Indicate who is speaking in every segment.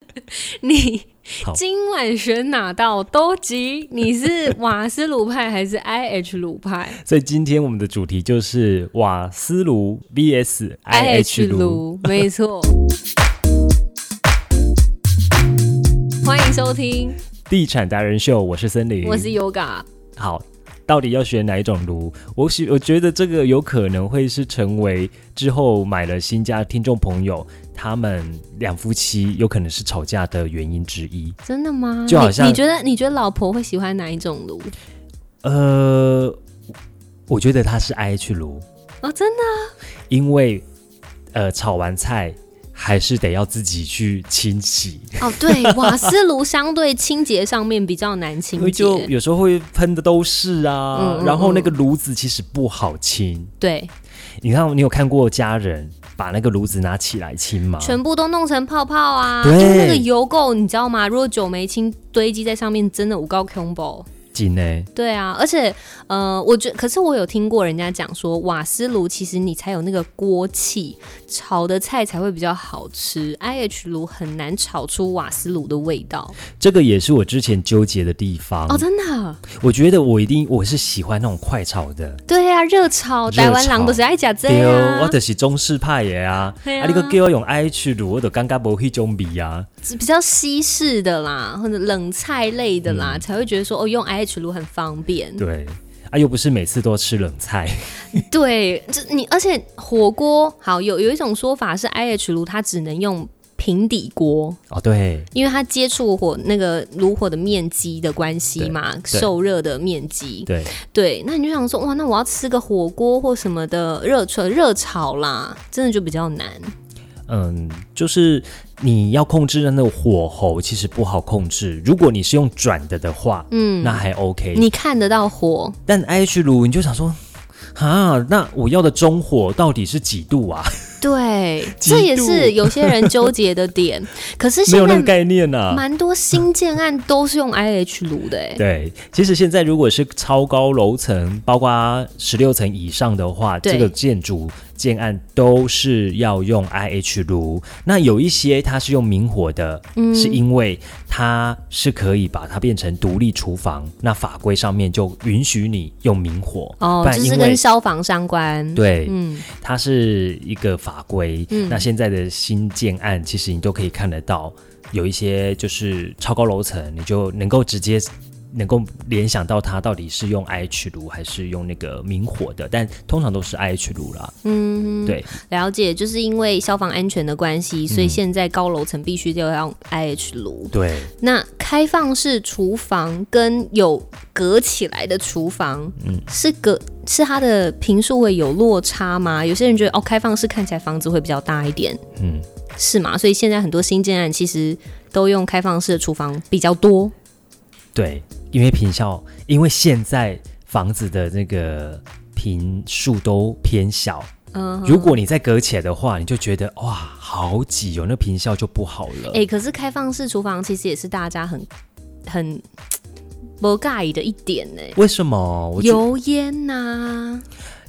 Speaker 1: 你
Speaker 2: 好
Speaker 1: 今晚选哪道都急，你是瓦斯炉派还是 IH 炉派
Speaker 2: 所以今天我们的主题就是瓦斯炉 VS IH 炉。
Speaker 1: 炉，没错。 欢迎收听，
Speaker 2: 地产达人秀，我是森林，
Speaker 1: 我是 Yoga。
Speaker 2: 好。到底要选哪一种炉？我喜我觉得这个有可能会是成为之后买了新家听众朋友他们两夫妻有可能是吵架的原因之一。
Speaker 1: 真的吗？
Speaker 2: 就好像
Speaker 1: 你你觉得你觉得老婆会喜欢哪一种炉？
Speaker 2: 呃，我觉得它是 IH 炉，
Speaker 1: 哦，真的
Speaker 2: 因为呃炒完菜还是得要自己去清洗，
Speaker 1: 哦， 对，瓦斯炉相对清洁上面比较难
Speaker 2: 因
Speaker 1: 清
Speaker 2: 为就
Speaker 1: 洁，
Speaker 2: 有时候会喷的都是啊，
Speaker 1: 嗯嗯
Speaker 2: 然后那个炉子其实不好清。
Speaker 1: 对，
Speaker 2: 你看，你有看过家人把那个炉子拿起来清吗？
Speaker 1: 全部都弄成泡泡啊，因
Speaker 2: 啊对
Speaker 1: 为那个油垢你知道吗？如果久没清，堆积在上面真的无高 combo。
Speaker 2: 紧呢？
Speaker 1: 对啊，而且呃，我觉可是我有听过人家讲说，瓦斯炉其实你才有那个锅气，炒的菜才会比较好吃。I H 炉很难炒出瓦斯炉的味道、
Speaker 2: 这个也是我之前纠结的地方。
Speaker 1: 哦，真的啊。
Speaker 2: 我觉得我一定我是喜欢那种快炒的。
Speaker 1: 对啊，热炒，
Speaker 2: 热炒
Speaker 1: 台湾人都是爱吃这
Speaker 2: 对
Speaker 1: 个
Speaker 2: 哦，我
Speaker 1: 啊，
Speaker 2: 就是中式派的啊！
Speaker 1: 对啊
Speaker 2: 啊，你个叫我用 IH 炉，我就感觉无迄种味啊。
Speaker 1: 比较西式的啦，或者冷菜类的啦，才会觉得说哦，用 I H 炉很方便。
Speaker 2: 嗯对，啊，又不是每次都吃冷菜。
Speaker 1: 对，这你而且火锅好有有一种说法是 I H 炉它只能用平底锅，
Speaker 2: 哦，对，
Speaker 1: 因为它接触火那个炉火的面积的关系嘛，
Speaker 2: 对
Speaker 1: 受热的面积。
Speaker 2: 对，
Speaker 1: 对，那你就想说哇，那我要吃个火锅或什么的热炒热炒啦，真的就比较难。
Speaker 2: 嗯，就是你要控制那个火候，其实不好控制。如果你是用转的的话，
Speaker 1: 嗯，
Speaker 2: 那还 OK。
Speaker 1: 你看得到火，
Speaker 2: 但 IH 炉，你就想说，啊，那我要的中火到底是几度啊？
Speaker 1: 对，
Speaker 2: 极度
Speaker 1: 这也是有些人纠结的 点。可是
Speaker 2: 没
Speaker 1: 现
Speaker 2: 有那个
Speaker 1: 在
Speaker 2: 概念啊。
Speaker 1: 蛮多新建案都是用 I H 炉的、欸，
Speaker 2: 对，其实现在如果是超高楼层，包括十六层以上的话，
Speaker 1: 对
Speaker 2: 这个建筑建案都是要用 IH 炉。那有一些它是用明火的，是因为它是可以把它变成独立厨房，那法规上面就允许你用明火，
Speaker 1: 哦
Speaker 2: 不，然
Speaker 1: 就
Speaker 2: 因
Speaker 1: 是
Speaker 2: 为
Speaker 1: 跟。消防相关。，
Speaker 2: 对，
Speaker 1: 嗯。
Speaker 2: 它是一个法规。
Speaker 1: 嗯
Speaker 2: 那现在的新建案，其实你都可以看得到，有一些就是超高楼层，你就能够直接。能够联想到它到底是用 IH 炉还是用那个明火的，但通常都是 IH 炉啦。嗯，对，嗯
Speaker 1: 了解，就是因为消防安全的关系，所以现在高楼层必须就要用 IH 炉。
Speaker 2: 对，
Speaker 1: 那开放式厨房跟有隔起来的厨房，
Speaker 2: 嗯
Speaker 1: 是隔是它的平数会有落差吗？有些人觉得哦，开放式看起来房子会比较大一点，
Speaker 2: 嗯，
Speaker 1: 是吗？所以现在很多新建案其实都用开放式的厨房比较多。
Speaker 2: 对，因为平效，因为现在房子的那个平数都偏小，
Speaker 1: 嗯，
Speaker 2: 如果你再隔起来的话，你就觉得哇，好挤哦，那平效就不好了。
Speaker 1: 哎、可是开放式厨房其实也是大家很很不介意的一点呢、
Speaker 2: 为什么？我觉得
Speaker 1: 油烟啊呐、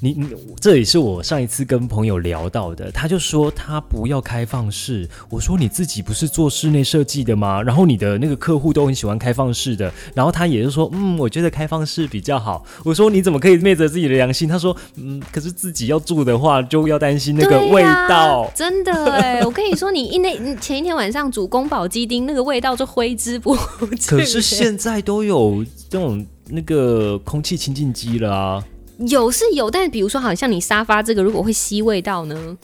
Speaker 2: 你你这也是我上一次跟朋友聊到的，他就说他不要开放式。我说你自己不是做室内设计的吗？然后你的那个客户都很喜欢开放式的，然后他也就说，嗯，我觉得开放式比较好。我说你怎么可以昧着自己的良心？他说，嗯，可是自己要住的话，就要担心那个
Speaker 1: 对
Speaker 2: 味
Speaker 1: 呀
Speaker 2: 道。
Speaker 1: 真的哎，我跟你说，你一那你前一天晚上煮宫保鸡丁，那个味道就挥之不 去。
Speaker 2: 可是现在都有这种那个空气清净机了啊，
Speaker 1: 有是有，但比如说，好像你沙发这个，如果会吸味道呢，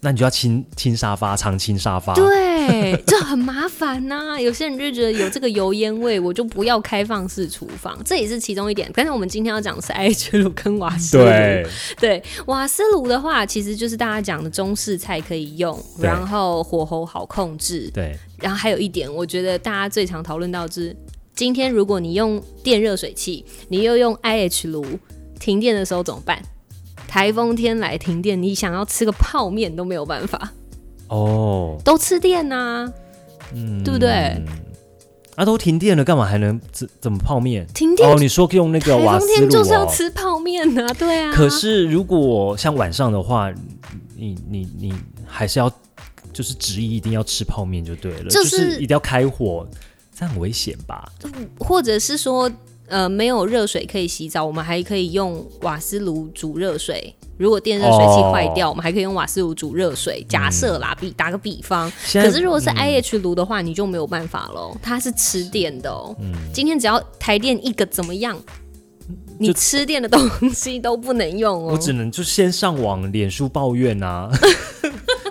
Speaker 2: 那你就要清清沙发，常清沙发。
Speaker 1: 对，就很麻烦呐、有些人就觉得有这个油烟味，我就不要开放式厨房，这也是其中一点。但是我们今天要讲的是 IH 炉跟瓦斯炉。
Speaker 2: 对
Speaker 1: 对，瓦斯炉的话，其实就是大家讲的中式菜可以用，
Speaker 2: 对
Speaker 1: 然后火候好控制，
Speaker 2: 对
Speaker 1: 然后还有一点，我觉得大家最常讨论到的是，今天如果你用电热水器，你又用 IH 炉，停电的时候怎么办？台风天来停电，你想要吃个泡面都没有办法，
Speaker 2: 哦。
Speaker 1: 都吃电呐、
Speaker 2: 嗯
Speaker 1: 对不对？
Speaker 2: 啊，都停电了，干嘛还能怎怎么泡面？
Speaker 1: 停电、
Speaker 2: 哦，你说用那个
Speaker 1: 台
Speaker 2: 瓦
Speaker 1: 风
Speaker 2: 斯
Speaker 1: 天
Speaker 2: 炉
Speaker 1: 就是要
Speaker 2: 哦。
Speaker 1: 吃泡面呐、对啊。
Speaker 2: 可是如果像晚上的话，你你你还是要就是执意一定要吃泡面就对了，
Speaker 1: 就
Speaker 2: 就是一定要开火，这样很危险吧？
Speaker 1: 或者是说，呃，没有热水可以洗澡，我们还可以用瓦斯炉煮热水。如果电热水器坏掉，
Speaker 2: 哦
Speaker 1: 我们还可以用瓦斯炉煮热水。假设啦，比打个比方，
Speaker 2: 现在
Speaker 1: 可是如果是 IH 炉的话，你就没有办法喽，它是吃电的哦。
Speaker 2: 嗯
Speaker 1: 今天只要台电一个怎么样，你吃电的东西都不能用
Speaker 2: 我
Speaker 1: 哦。
Speaker 2: 只能就先上网脸书抱怨啊，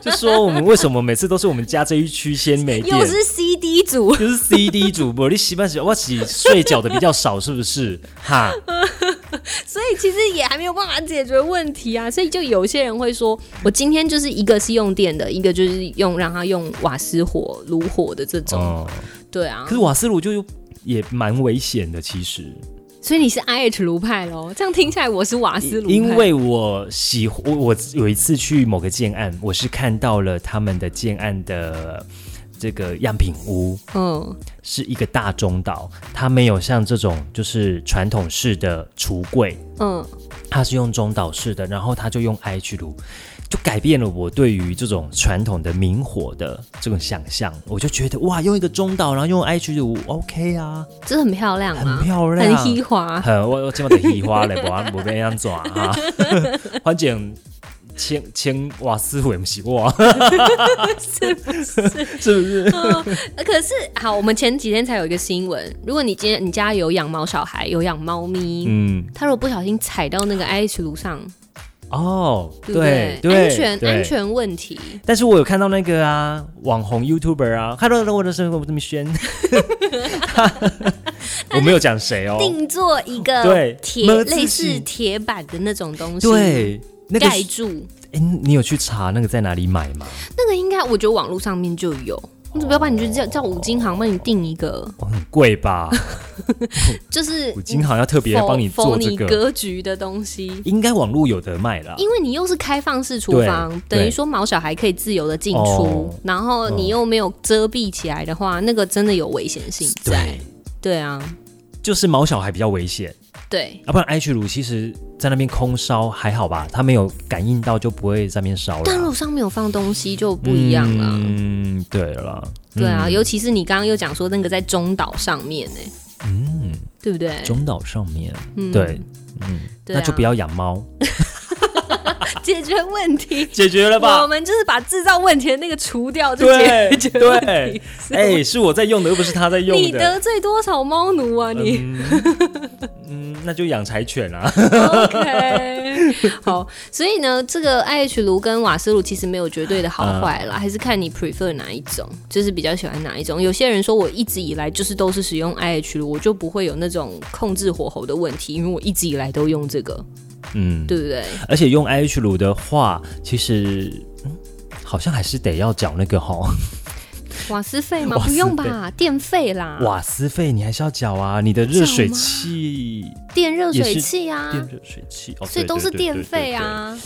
Speaker 2: 就说我们为什么每次都是我们家这一区先没电
Speaker 1: 又。是 CD 组，
Speaker 2: 就是 CD 主播，你洗半洗，我洗睡觉的比较少，是不是？ 哈，
Speaker 1: 所以其实也还没有办法解决问题啊。所以就有些人会说，我今天就是一个是用电的，一个就是用让它用瓦斯火、炉火的这种。
Speaker 2: 哦、
Speaker 1: 对啊
Speaker 2: 可，是瓦斯炉就也蛮危险的，其实。
Speaker 1: 所以你是 IH 炉派喽？这样听起来我是瓦斯炉派，
Speaker 2: 因为我喜欢我我有一次去某个建案，我是看到了他们的建案的这个样品屋，
Speaker 1: 嗯
Speaker 2: 是一个大中岛，它没有像这种就是传统式的橱柜，
Speaker 1: 嗯，
Speaker 2: 它是用中岛式的，然后它就用 IH 炉，就改变了我对于这种传统的明火的这种想象。我就觉得哇，用一个中岛，然后用 IH 炉，OK 啊，
Speaker 1: 这很漂亮啊，
Speaker 2: 很漂亮
Speaker 1: 很稀华。
Speaker 2: 很我我今晚得移花嘞，我我被样抓啊， 反正。千千瓦斯我不是哇， 是不是？
Speaker 1: 呃可是好，我们前几天才有一个新闻，如果你今天你家有养猫小孩，有养猫咪。
Speaker 2: 嗯，
Speaker 1: 它如果不小心踩到那个 IH 炉上，
Speaker 2: 哦，
Speaker 1: 对不对？
Speaker 2: 对，
Speaker 1: 安全
Speaker 2: 对
Speaker 1: 安全问题，
Speaker 2: 但是我有看到那个啊，网红 YouTuber 啊，Hello，我的生活我这么 宣， 我没有讲谁哦，
Speaker 1: 定做一个
Speaker 2: 对
Speaker 1: 铁
Speaker 2: 么字
Speaker 1: 类似
Speaker 2: 形
Speaker 1: 铁板的那种东西，，
Speaker 2: 对，那个
Speaker 1: 盖
Speaker 2: 是，
Speaker 1: 住。
Speaker 2: 哎，你有去查那个在哪里买吗？
Speaker 1: 那个应该我觉得网络上面就有，我怎么要帮你就叫叫五金行帮你定一个，
Speaker 2: 哦，很贵吧？
Speaker 1: 就是
Speaker 2: 我今好像特别 帮你做
Speaker 1: 否
Speaker 2: 这
Speaker 1: 你
Speaker 2: 个，
Speaker 1: 格局的东西。
Speaker 2: 应该网络有得卖啦。
Speaker 1: 因为你又是开放式厨房，
Speaker 2: 对
Speaker 1: 等于说毛小孩可以自由的进出，
Speaker 2: 哦嗯
Speaker 1: 然后你又没有遮蔽起来的话，那个真的有危险性在
Speaker 2: 对。，
Speaker 1: 对啊，
Speaker 2: 就是毛小孩比较危险，啊
Speaker 1: 对，
Speaker 2: 要、不然 H 炉其实在那边空烧还好吧，它没有感应到就不会在那边烧了
Speaker 1: 但如
Speaker 2: 啊。
Speaker 1: 果上面有放东西就不一样了。
Speaker 2: 嗯，对了，
Speaker 1: 对啊，
Speaker 2: 嗯
Speaker 1: 尤其是你刚刚又讲说那个在中岛上面呢、
Speaker 2: 嗯，
Speaker 1: 对不对？
Speaker 2: 中岛上面，
Speaker 1: 嗯
Speaker 2: 对，嗯，
Speaker 1: 对啊
Speaker 2: 那就不要养猫，
Speaker 1: 解决问题。
Speaker 2: 解决了
Speaker 1: 我
Speaker 2: 吧？
Speaker 1: 们就是把制造问题的那个除掉就解
Speaker 2: 对
Speaker 1: 解决问
Speaker 2: 对
Speaker 1: 题。是吗
Speaker 2: 哎、是我在用的，又不是他在用
Speaker 1: 你
Speaker 2: 的。
Speaker 1: 得罪多少猫奴啊你？
Speaker 2: 嗯，那就养柴犬 啊。
Speaker 1: OK，好，所以呢，这个 IH 炉跟瓦斯炉其实没有绝对的好坏
Speaker 2: 啊
Speaker 1: 啦，还是看你 prefer 哪一种，就是比较喜欢哪一种。有些人说我一直以来就是都是使用 IH 炉，我就不会有那种控制火候的问题，因为我一直以来都用这个，
Speaker 2: 嗯，
Speaker 1: 对不对？
Speaker 2: 而且用 IH 炉的话，其实、嗯好像还是得要缴那个哈、
Speaker 1: 瓦斯费吗？
Speaker 2: 瓦斯
Speaker 1: 不
Speaker 2: 费
Speaker 1: 用吧，电费啦，
Speaker 2: 瓦斯费，你还是要缴啊。你的热水器、
Speaker 1: 电热
Speaker 2: 也
Speaker 1: 水
Speaker 2: 是
Speaker 1: 器啊，
Speaker 2: 电热水器，哦，
Speaker 1: 所以
Speaker 2: 对
Speaker 1: 都是
Speaker 2: 对对对
Speaker 1: 电费啊。
Speaker 2: 对对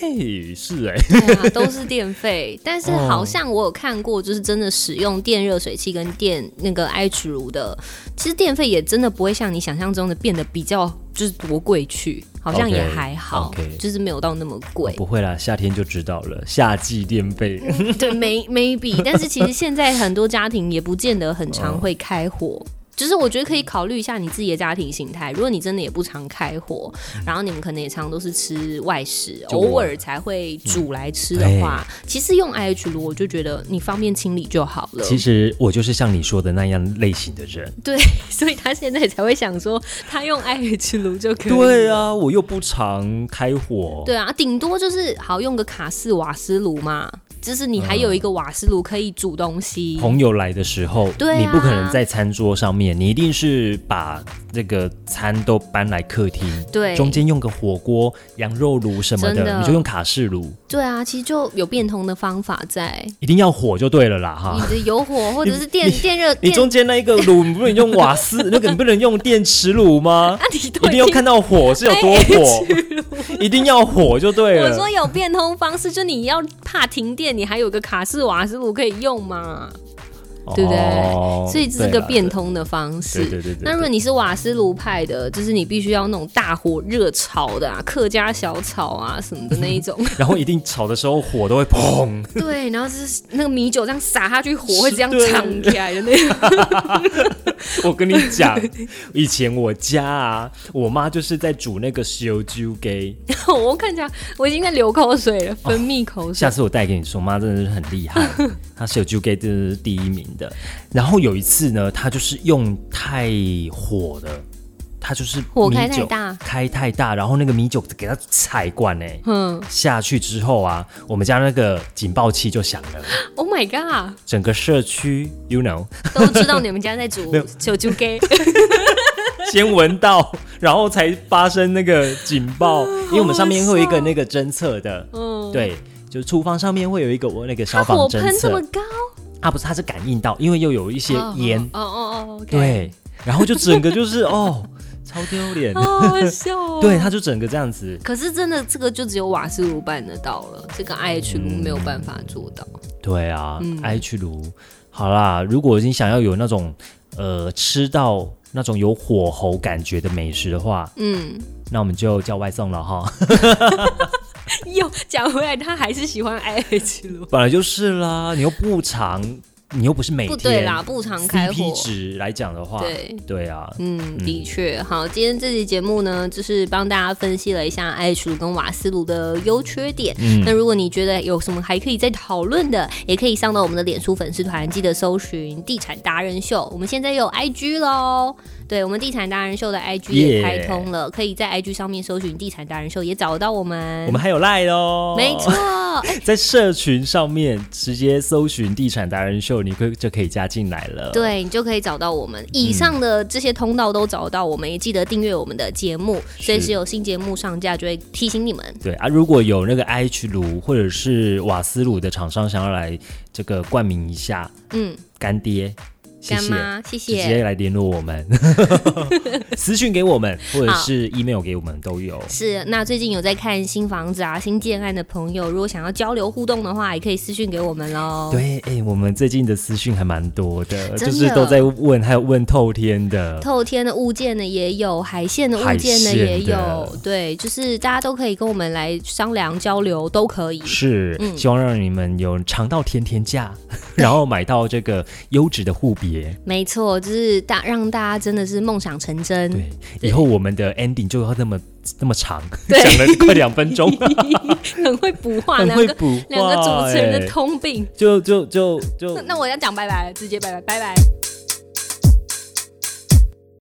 Speaker 2: 嘿，是哎、
Speaker 1: 对啊，都是电 费。但是
Speaker 2: 哦
Speaker 1: 好像我有看过，就是真的使用电热水器跟电那个 IH 炉的，其实电费也真的不会像你想象中的变得比较就是多贵去，好像也
Speaker 2: OK，
Speaker 1: 还好
Speaker 2: OK
Speaker 1: 就是没有到那么贵。
Speaker 2: 不会啦，夏天就知道了，夏季电费。
Speaker 1: 对，may maybe，但是其实现在很多家庭也不见得很
Speaker 2: 嗯
Speaker 1: 常会开火。就是我觉得可以考虑一下你自己的家庭形态。如果你真的也不常开火，然后你们可能也常都是吃外食，
Speaker 2: 嗯就
Speaker 1: 偶
Speaker 2: 我嗯
Speaker 1: 尔才会煮来吃的话，其实用 IH 炉我就觉得你方便清理就好了。
Speaker 2: 其实我就是像你说的那样类型的人。
Speaker 1: 对， 所以他现在才会想说他用 IH 炉就可以。
Speaker 2: 对啊，我又不常开火。
Speaker 1: 对啊，顶多就是好用个卡式瓦斯炉嘛，就是你还
Speaker 2: 嗯
Speaker 1: 有一个瓦斯炉可以煮东西。
Speaker 2: 朋友来的时候，
Speaker 1: 对啊
Speaker 2: 你不可能在餐桌上面，你一定是把这个餐都搬来客厅，
Speaker 1: 对
Speaker 2: 中间用个火锅、羊肉炉什么
Speaker 1: 真
Speaker 2: 的，
Speaker 1: 的
Speaker 2: 你就用卡式炉，
Speaker 1: 对啊，其实就有变通的方法在。
Speaker 2: 一定要火就对了啦哈
Speaker 1: 你。的油火或者是电
Speaker 2: 啊你
Speaker 1: 电热
Speaker 2: 你
Speaker 1: 电，
Speaker 2: 中间那一个炉，你不能用瓦斯，那个你不能用电磁炉吗
Speaker 1: 啊？你都
Speaker 2: 一定要看到火是有多火， 一定要火就对
Speaker 1: 我
Speaker 2: 了
Speaker 1: 说。有变通方式，就你要怕停电，你还有个卡式瓦斯炉可以用嘛？对不对
Speaker 2: 哦
Speaker 1: 所以这是个
Speaker 2: 对啦
Speaker 1: 变通的方式。
Speaker 2: 对对对对
Speaker 1: 那如果
Speaker 2: 对
Speaker 1: 你是瓦斯炉派的，就是你必须要那种大火热炒的啊，客家小炒啊什么的那一 种。
Speaker 2: 然后一定炒的时候火都会 砰，
Speaker 1: 对，然后就是那个米酒这样撒下去，火会这样
Speaker 2: 对
Speaker 1: 唱起来的那种。
Speaker 2: 我跟你讲，以前我家啊，我妈就是在煮那个烧酒给，
Speaker 1: 我看起来我已经在流口水了，分泌口 水。
Speaker 2: 下次我带给你说，妈真的是很 厉害，她烧酒给真的是第一名的。然后有一次呢，她就是用太火了，她就是
Speaker 1: 火开
Speaker 2: 米酒
Speaker 1: 太大
Speaker 2: 开太大，然后那个米酒给它踩灌哎、
Speaker 1: 嗯
Speaker 2: 下去之后啊，我们家那个警报器就响了，
Speaker 1: ，Oh my god，
Speaker 2: 整个社区 ，you know，
Speaker 1: 都知道你们家在煮
Speaker 2: 没有
Speaker 1: 小猪给。
Speaker 2: 先闻到，然后才发生那个警 报，因为我们上面会有一个那个侦测的，
Speaker 1: 嗯，
Speaker 2: 对，就是厨房上面会有一个我那个消
Speaker 1: 它
Speaker 2: 防
Speaker 1: 火
Speaker 2: 侦
Speaker 1: 喷这么
Speaker 2: 测，
Speaker 1: 高，
Speaker 2: 啊，不是，它是感应到，因为又有一些烟，
Speaker 1: 哦哦哦，哦，
Speaker 2: 对，然后就整个就是哦， 超丢脸，
Speaker 1: OK 好好笑哦。
Speaker 2: 对，它就整个这样子，
Speaker 1: 可是真的，这个就只有瓦斯炉办得到了，这个 IH 炉没有办法做到。
Speaker 2: 对啊，
Speaker 1: 嗯
Speaker 2: 爱去炉，好啦，如果你想要有那种呃吃到那种有火候感觉的美食的话，
Speaker 1: 嗯，
Speaker 2: 那我们就叫外送了哈，
Speaker 1: 又讲回来，他还是喜欢 IH 炉。
Speaker 2: 本来就是啦，你又不常，你又不是每天，
Speaker 1: 不对啦，不常开火
Speaker 2: CP。值来讲的话，
Speaker 1: 对，
Speaker 2: 啊，
Speaker 1: 嗯，的确，好，今天这期节目呢，就是帮大家分析了一下 IH 炉跟瓦斯炉的优缺点。
Speaker 2: 嗯
Speaker 1: 那如果你觉得有什么还可以再讨论的，也可以上到我们的脸书粉丝团，记得搜寻“地产达人秀”。我们现在有 IG 喽，对我们“地产达人秀”的 IG 也
Speaker 2: Yeah
Speaker 1: 开通了可以在 IG 上面搜寻“地产达人秀”，也找得到我们。
Speaker 2: 我们还有赖哦，
Speaker 1: 没错，哎
Speaker 2: 在社群上面直接搜寻“地产达人秀”，你可以就可以加进来了。，
Speaker 1: 对你就可以找到我们。以上的这些通道都找得到我们，也记得订阅我们的节
Speaker 2: 嗯
Speaker 1: 目，随时有新节目上架就会提醒你们。
Speaker 2: 对啊，如果有那个 IH 炉或者是瓦斯炉的厂商想要来这个冠名一下，
Speaker 1: 嗯，
Speaker 2: 干爹，谢
Speaker 1: 干
Speaker 2: 谢。
Speaker 1: 妈，谢
Speaker 2: 直
Speaker 1: 谢。
Speaker 2: 接来联络我们， 私讯给我们，或者是 email 给我们都有。
Speaker 1: 是，那最近有在看新房子啊、新建案的朋友，如果想要交流互动的话，也可以私讯给我们喽。
Speaker 2: 对，哎、我们最近的私讯还蛮多的，
Speaker 1: 真的
Speaker 2: 就是都在问，还有问透天的，
Speaker 1: 透天的物件呢也有，海线的物件呢
Speaker 2: 海鲜的
Speaker 1: 也有，对，就是大家都可以跟我们来商量交流，都可以。
Speaker 2: 是，
Speaker 1: 嗯
Speaker 2: 希望让你们有尝到甜 甜价，然后买到这个优质的护别。
Speaker 1: 没错，就是大让大家真的是梦想成真。
Speaker 2: 对，以后我们的 ending 就要那么那么长，
Speaker 1: 对
Speaker 2: 讲了快两分 钟，
Speaker 1: 很会补话，
Speaker 2: 很
Speaker 1: 两
Speaker 2: 会
Speaker 1: 个
Speaker 2: 补
Speaker 1: 两个
Speaker 2: 话
Speaker 1: 主持人的
Speaker 2: 哎哦
Speaker 1: 通病。
Speaker 2: 就就就就
Speaker 1: 那那我要讲拜拜了，直接拜拜，拜拜。